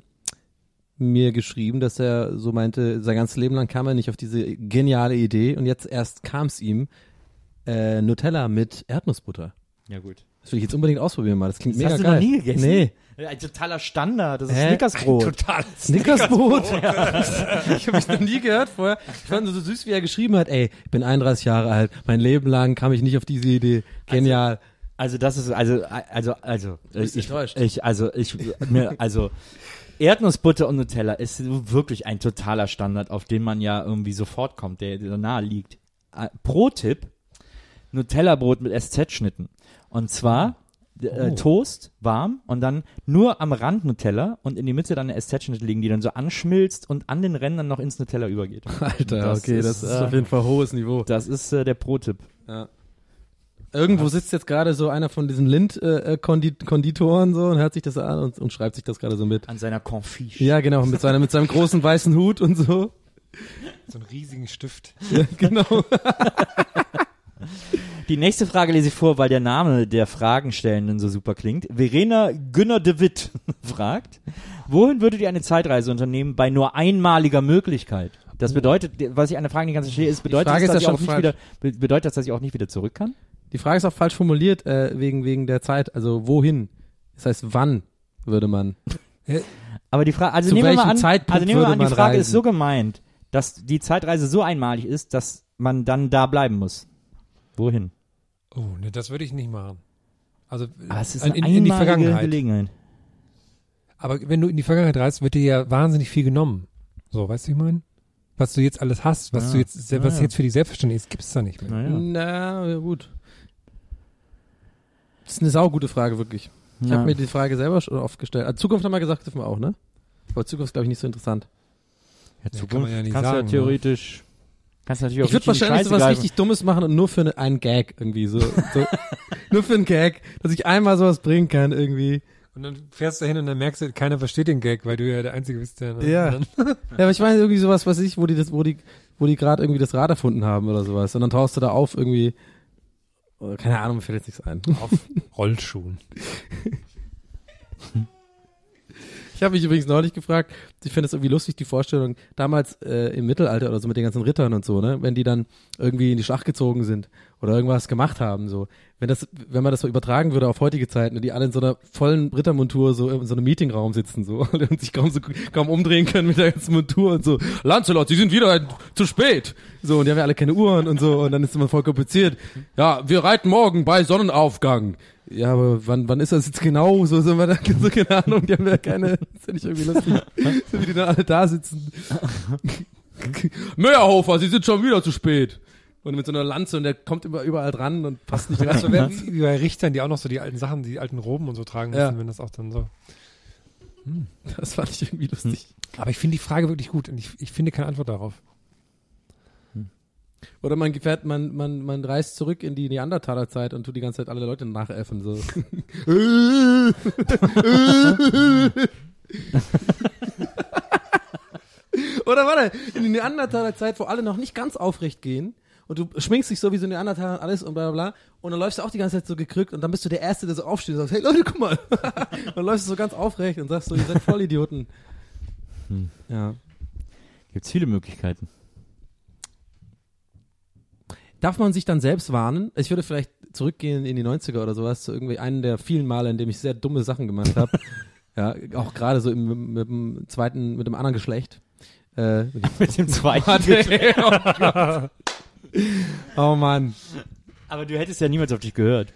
mir geschrieben, dass er so meinte, sein ganzes Leben lang kam er nicht auf diese geniale Idee und jetzt erst kam es ihm, äh, Nutella mit Erdnussbutter.
Ja, gut.
Das will ich jetzt unbedingt ausprobieren mal, das klingt
Das
mega
hast du
geil.
noch nie gegessen?
Nee.
Ein totaler Standard, das ist
Hä?
Snickersbrot.
Total.
Snickersbrot. ich habe mich noch nie gehört vorher. Ich fand so süß, wie er geschrieben hat. Ey, ich bin 31 Jahre alt. Mein Leben lang kam ich nicht auf diese Idee. Genial.
Also das ist also also also
bist
ich,
enttäuscht.
ich also ich mir, also Erdnussbutter und Nutella ist wirklich ein totaler Standard, auf den man ja irgendwie sofort kommt, der, der nahe liegt. Äh, Pro-Tipp: Nutella-Brot mit SZ-Schnitten. Und zwar äh,
Oh.
Toast warm und dann nur am Rand Nutella und in die Mitte dann eine SZ-Schnitte liegen, die dann so anschmilzt und an den Rändern noch ins Nutella übergeht.
Also, Alter,
Das
okay, das
ist,
ist auf
äh,
jeden Fall hohes Niveau.
Das ist äh, der Pro-Tipp.
Irgendwo sitzt jetzt gerade so einer von diesen äh, Lind-Konditoren so und hört sich das an und, und schreibt sich das gerade so mit.
An seiner Confiche.
Ja, genau, mit, seiner, mit seinem großen weißen Hut und so.
So einen riesigen Stift.
Genau.
Die nächste Frage lese ich vor, weil der Name der Fragenstellenden so super klingt. Verena Günner de Witt fragt, wohin würdet ihr eine Zeitreise unternehmen bei nur einmaliger Möglichkeit? Das bedeutet, was ich an der Frage nicht ganz verstehe, ist, bedeutet
Frage
das,
ist
dass ich
ja
auch
schon
nicht
falsch.
wieder, be- bedeutet das, dass ich auch nicht wieder zurück kann?
Die Frage ist auch falsch formuliert äh, wegen, wegen der Zeit. Also wohin? Das heißt, wann würde man?
Aber die Frage, also
Zu
nehmen wir mal
welchem
an,
Zeitpunkt
also nehmen wir
würde
mal an, die
man
Frage
reisen?
ist so gemeint, dass die Zeitreise so einmalig ist, dass man dann da bleiben muss. Wohin?
Oh, ne, das würde ich nicht machen. Also
Aber es ist
an-
eine einmalige Gelegenheit.
Aber wenn du in die Vergangenheit reist, wird dir ja wahnsinnig viel genommen. So, weißt du, wie ich meine? Was du jetzt alles hast, was
Ja.
du jetzt, se- was
Ja, ja.
jetzt für dich selbstverständlich ist, gibt's da nicht mehr.
Naja.
Na, ja, gut. Das ist eine saugute Frage, wirklich. Ich
Ja.
habe mir die Frage selber schon oft gestellt. Also Zukunft haben wir gesagt, dürfen wir auch, ne? Aber Zukunft ist, glaube ich, nicht so interessant.
Ja,
Ja,
Zukunft
kann man ja nicht
kannst du
sagen,
ja
ne?
theoretisch. Kannst du natürlich auch
Ich
richtig
würde
in die
wahrscheinlich
Scheiße
sowas
greifen.
richtig Dummes machen und nur für ne, einen Gag irgendwie so. so nur für einen Gag, dass ich einmal sowas bringen kann irgendwie.
Und dann fährst du hin und dann merkst du, keiner versteht den Gag, weil du ja der Einzige bist, der.
Ja.
Dann,
Ja, aber ich meine irgendwie sowas, weiß ich, wo die das, wo die, wo die gerade irgendwie das Rad erfunden haben oder sowas. Und dann tauchst du da auf irgendwie. Oh, Keine Ahnung, mir fällt jetzt nichts ein.
auf Rollschuhen.
Ich habe mich übrigens neulich gefragt, ich finde es irgendwie lustig, die Vorstellung, damals äh, im Mittelalter oder so mit den ganzen Rittern und so, ne, wenn die dann irgendwie in die Schlacht gezogen sind oder irgendwas gemacht haben, so. Wenn das, wenn man das so übertragen würde auf heutige Zeiten und die alle in so einer vollen Rittermontur so in so einem Meetingraum sitzen so und sich kaum so kaum umdrehen können mit der ganzen Montur und so, Lancelot, sie sind wieder ein- zu spät. So, und die haben ja alle keine Uhren und so und dann ist immer voll kompliziert. Ja, wir reiten morgen bei Sonnenaufgang. Ja, aber wann, wann ist das jetzt genau? So sind wir da, so keine Ahnung, die haben ja keine, ist ja nicht irgendwie lustig, so wie die dann alle da sitzen. Meyerhofer, Sie sind schon wieder zu spät. Und mit so einer Lanze und der kommt immer überall dran und passt nicht
Also
rein.
wenn, wie bei Richtern, die auch noch so die alten Sachen, die alten Roben und so tragen müssen,
Ja.
wenn das auch dann so.
Das fand ich irgendwie lustig.
Aber ich finde die Frage wirklich gut und ich, ich finde keine Antwort darauf.
Oder man gefährt, man, man, man reist zurück in die Neandertalerzeit und tut die ganze Zeit alle Leute nachäffen, so. Oder warte, in die Neandertalerzeit, wo alle noch nicht ganz aufrecht gehen und du schminkst dich so wie so ein Neandertaler und alles und bla bla bla und dann läufst du auch die ganze Zeit so gekrückt und dann bist du der Erste, der so aufsteht und sagt, hey Leute, guck mal. und dann läufst du so ganz aufrecht und sagst so, ihr seid Vollidioten. Ja.
Gibt's viele Möglichkeiten.
Darf man sich dann selbst warnen? Ich würde vielleicht zurückgehen in die 90er oder sowas, zu irgendwie einen der vielen Male, in dem ich sehr dumme Sachen gemacht habe. ja, auch gerade so im, mit dem zweiten, mit dem anderen Geschlecht. Äh,
Mit dem zweiten.
Warte. oh, Gott. oh Mann.
Aber du hättest ja niemals auf dich gehört.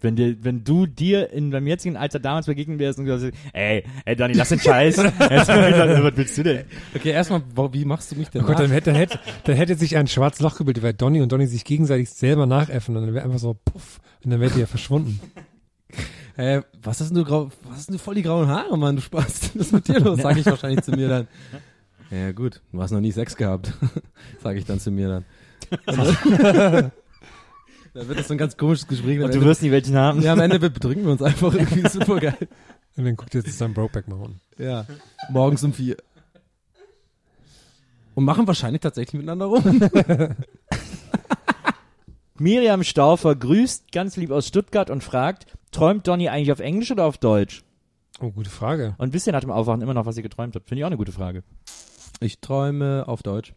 Wenn, dir, wenn du dir in deinem jetzigen Alter damals begegnen wärst und gesagt hättest, ey, ey, Dani, lass den Scheiß. Jetzt, was willst du denn?
Okay, erstmal, wo- wie machst du mich denn?
Oh Gott, dann hätte, dann hätte, dann hätte sich ein schwarzes Loch gebildet, weil Donny und Donny sich gegenseitig selber nachäffen und dann wäre einfach so puff und dann wäre die ja verschwunden.
Äh, was hast denn du grau, was hast denn du voll die grauen Haare, Mann, du Spaß. Was ist mit dir los, sage ich wahrscheinlich zu mir dann. Ja, gut, du hast noch nie Sex gehabt, sage ich dann zu mir dann. dann wird das so ein ganz komisches Gespräch.
Und du wirst nie welchen haben.
ja, am Ende bedrücken wir uns einfach irgendwie super geil.
Und dann guckt ihr zusammen Brokeback Mountain.
Ja, morgens um vier. Und machen wahrscheinlich tatsächlich miteinander rum.
Miriam Staufer grüßt ganz lieb aus Stuttgart und fragt, träumt Donny eigentlich auf Englisch oder auf Deutsch?
Oh, gute Frage.
Und wisst ihr nach dem Aufwachen immer noch, was ihr geträumt habt? Finde ich auch eine gute Frage.
Ich träume auf Deutsch.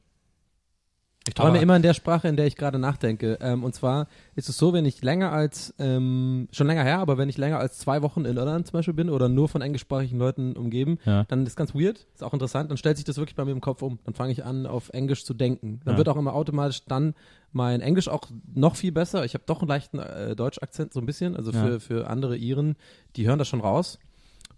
Ich träume
Aber-
immer in der Sprache, in der ich gerade nachdenke. Ähm, und zwar ist es so, wenn ich länger als, ähm, schon länger her, aber wenn ich länger als zwei Wochen in Irland zum Beispiel bin oder nur von englischsprachigen Leuten umgeben,
Ja.
dann ist ganz weird, ist auch interessant, dann stellt sich das wirklich bei mir im Kopf um. Dann fange ich an, auf Englisch zu denken. Dann
Ja.
wird auch immer automatisch dann mein Englisch auch noch viel besser. Ich habe doch einen leichten äh, Deutschakzent, so ein bisschen. Also
Ja.
für, für andere Iren, die hören das schon raus.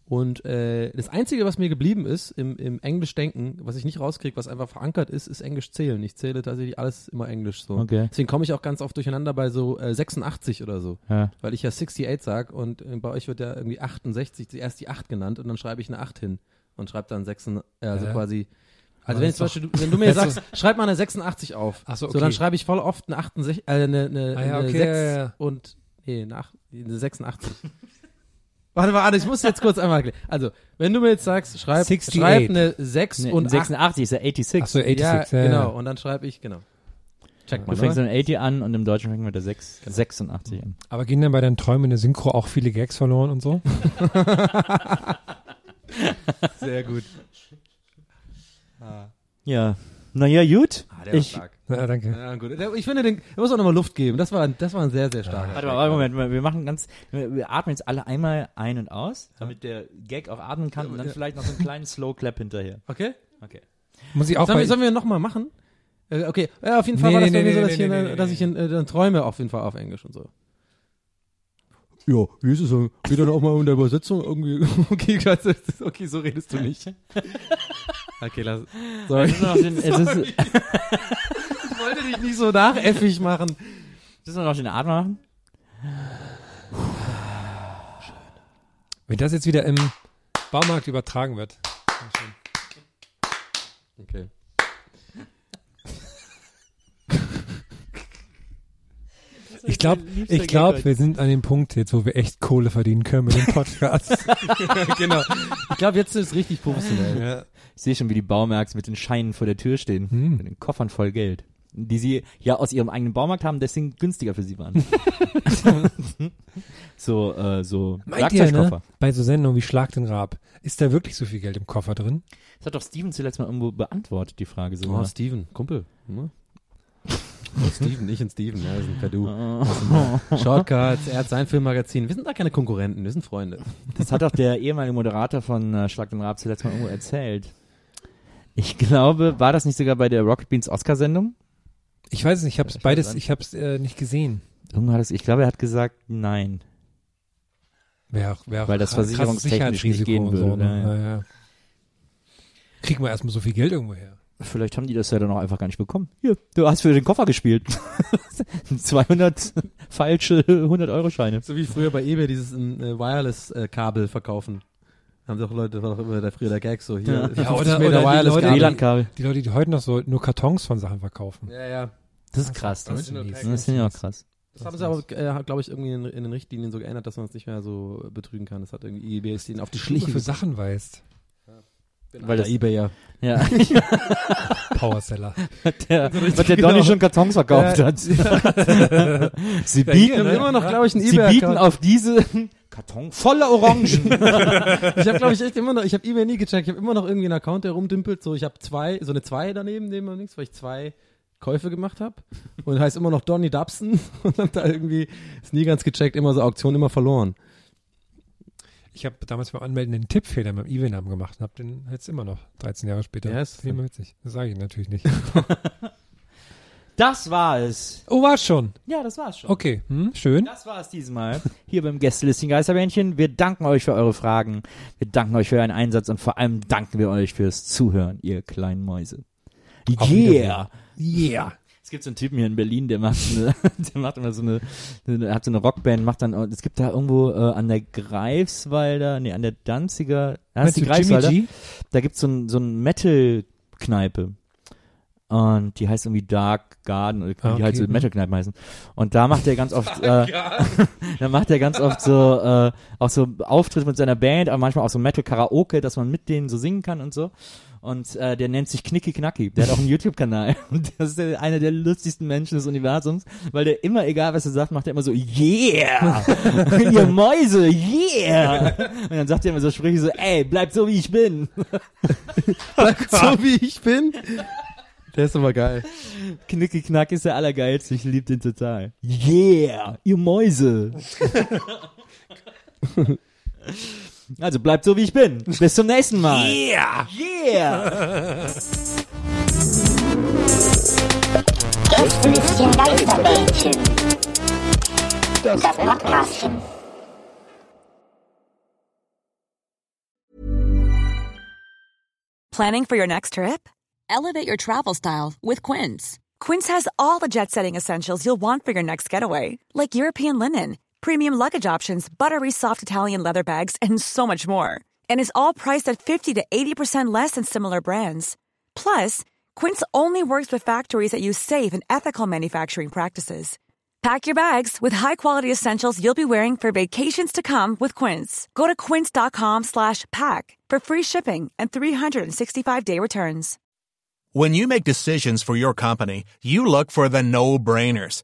Und äh, das Einzige, was mir geblieben ist im, im Englischdenken, was ich nicht rauskriege, was einfach verankert ist, ist Englisch zählen. Ich zähle tatsächlich alles immer Englisch so.
Okay.
Deswegen komme ich auch ganz oft durcheinander bei so äh, 86 oder so,
Ja.
weil ich ja 68 sag und äh, bei euch wird ja irgendwie 68 zuerst die 8 genannt und dann schreibe ich eine 8 hin und schreibe dann 6, äh, also
Hä?
quasi.
Aber
Also wenn,
das
ich zum
ist
Beispiel, du- wenn du mir sagst, schreib mal eine 86 auf,
Also Ach so,
so dann
okay.
schreibe ich voll oft eine 68, äh, eine, eine,
Ah ja,
eine
okay,
6
ja, ja.
und nee, eine, 8, eine 86. Warte mal, Arne, ich muss jetzt kurz einmal erklären. Also, wenn du mir jetzt sagst, schreib,
68.
schreib eine 6
Nee,
und 8.
86 ist ja 86.
Ach so, 86,
ja,
ja, ja.
genau. Und dann schreibe ich, genau. Check mal.
Man fängt so mit 80 an und im Deutschen fängt man mit der 6, 86 an.
Aber gehen dann bei deinen Träumen in der Synchro auch viele Gags verloren und so?
Sehr gut.
Ja. Naja, gut.
Ah, der war
ich,
stark.
Na, danke.
Ja, gut. Der- Ich finde, den, der muss auch nochmal Luft geben. Das war, ein- das war ein sehr, sehr starker.
Warte mal, warte mal, Moment, mal, wir machen ganz, wir wir atmen jetzt alle einmal ein und aus, damit der Gag auch atmen kann und dann vielleicht noch so einen kleinen Slow Clap hinterher.
Okay?
Okay.
Muss ich auch
Sollen
bei,
wir, sollen wir nochmal machen? Äh, Okay, ja, auf jeden Fall
Nee,
war das
nee,
bei mir
nee,
so, dass,
nee,
ich hier,
nee,
dann-
nee,
dass
nee.
ich in, äh, dann träume auf jeden Fall auf Englisch und so.
Ja, wie ist es denn? Geht dann auch mal unter Übersetzung irgendwie.
Okay, das ist- okay, so redest du nicht. Okay, lass. Sorry.
Es ist noch den, es ist,
Sorry. Ich wollte dich nicht so nachäffig machen.
müssen wir noch den Atmen machen?
wenn das jetzt wieder im Baumarkt übertragen wird.
Okay.
Ich glaube, ich glaube, wir sind an dem Punkt jetzt, wo wir echt Kohle verdienen können mit dem Podcast.
genau. Ich glaube, jetzt ist es richtig professionell.
Ich sehe schon, wie die Baumärkte mit den Scheinen vor der Tür stehen,
Hm.
mit den Koffern voll Geld, die sie ja aus ihrem eigenen Baumarkt haben, deswegen günstiger für sie waren. so, äh, so
Meint ihr,
Werkzeugkoffer.
ne, bei so Sendungen wie Schlag den Rab, ist da wirklich so viel Geld im Koffer drin?
Das hat doch Steven zuletzt mal irgendwo beantwortet, die Frage so.
Oh, Steven, Kumpel. Ne? Steven, ich und Steven, ja, das ist ein Perdu. Shortcuts, er hat sein Filmmagazin. Wir sind da keine Konkurrenten, wir sind Freunde.
Das hat doch der ehemalige Moderator von äh, Schlag den Raab zuletzt mal irgendwo erzählt. Ich glaube, war das nicht sogar bei der Rocket Beans Oscar-Sendung?
Ich weiß es nicht, ich habe
Ja, ich weiß es
beides,
nicht.
ich habe es äh, nicht gesehen.
Irgendwo hat es, ich glaube, er hat gesagt, nein.
Wäre auch, wäre auch
Weil das
krasses
versicherungstechnisch nicht
Sicherheitsrisiko
gehen
und
würde,
So, ne?
ja,
ja, ja. Kriegen wir erstmal so viel Geld irgendwo her.
Vielleicht haben die das ja dann auch einfach gar nicht bekommen. Hier, du hast für den Koffer gespielt. 200 falsche 100-Euro-Scheine.
So wie früher bei eBay dieses äh, Wireless-Kabel verkaufen. Haben doch Leute, war doch immer der früher der Gag so hier.
Ja.
50
Ja, oder-
Meter
oder die
Wireless
Leute, WLAN.
Kabel.
WLAN-Kabel.
Die Leute, die heute noch so nur Kartons von Sachen verkaufen.
Ja, ja.
Das ist krass. Das,
Original
das,
Package.
finde ich auch krass.
Das haben sie aber, äh, glaube ich, irgendwie in, in den Richtlinien so geändert, dass man es nicht mehr so äh, betrügen kann. Das hat irgendwie E eBay ist ihnen auf die
Schlicht
Schliche
für
gesetzt.
Sachen weißt.
Weil das- E
eBay ja.
Ja,
Powerseller.
der, was der Donny schon Kartons verkauft
Ja.
hat. Sie
Die haben
bieten,
immer noch, glaube ich, einen
ne?
E
sie bieten
eBay-Account.
auf diese Karton voller Orangen.
Ich habe, glaube ich, echt immer noch, ich habe eBay nie gecheckt. Ich habe immer noch irgendwie einen Account, der rumdimpelt. So, ich habe zwei, so eine zwei daneben, neben mir links, weil ich zwei Käufe gemacht habe. Und heißt immer noch Donny Dubson. Und hab da irgendwie, ist nie ganz gecheckt, immer so Auktion, immer verloren.
Ich habe damals beim Anmelden einen Tippfehler mit meinem E-Mail-Namen gemacht und habe den jetzt immer noch, 13 Jahre später.
Ja, ist-
Wie witzig. Das sage ich natürlich nicht.
Das war es.
Oh, war's schon.
Ja, das war's schon.
Okay, hm, schön.
Das war es diesmal hier beim Gästelisting Geisterbändchen. Wir danken euch für eure Fragen. Wir danken euch für euren Einsatz und vor allem danken wir euch fürs Zuhören, ihr kleinen Mäuse. Yeah.
Yeah.
Es gibt so einen Typen hier in Berlin, der macht, eine, der macht immer so eine, der hat so eine Rockband, macht dann, es gibt da irgendwo äh, an der Greifswalder, nee, an der Danziger, da
Meinst
ist die
du Jimmy
Greifswalder,
G?
da gibt's so ein, so ein Metal-Kneipe. Und die heißt irgendwie Dark Garden, oder wie
Ah,
die halt
okay,
so
mhm.
Metal-Kneipen heißen. Und da macht er ganz oft, äh, da macht er ganz oft so, äh, auch so Auftritte mit seiner Band, aber manchmal auch so Metal-Karaoke, dass man mit denen so singen kann und so. Und äh, der nennt sich Knicki Knacki. Der hat auch einen YouTube-Kanal. Und das ist der, einer der lustigsten Menschen des Universums, weil der immer, egal was er sagt, macht er immer so, yeah! Ihr Mäuse, yeah! Und dann sagt er immer so, sprich so, ey, bleibt so wie ich bin. Oh
so wie ich bin. Der ist aber geil.
Knicki Knack ist der allergeilste, ich lieb den total. Yeah, ihr Mäuse. also bleibt so wie ich bin. Bis zum nächsten Mal. Yeah, yeah.
Gästelistchen Geisterbändchen. Das Podcastchen.
Planning for your next trip? Elevate your travel style with Quince. Quince has all the jet setting essentials you'll want for your next getaway, like European linen, premium luggage options, buttery soft Italian leather bags, and so much more. And is all priced at 50 to 80% less than similar brands. Plus, Quince only works with factories that use safe and ethical manufacturing practices. Pack your bags with high-quality essentials you'll be wearing for vacations to come with Quince. Go to quince.com slash pack for free shipping and 365-day returns.
When you make decisions for your company, you look for the no brainers.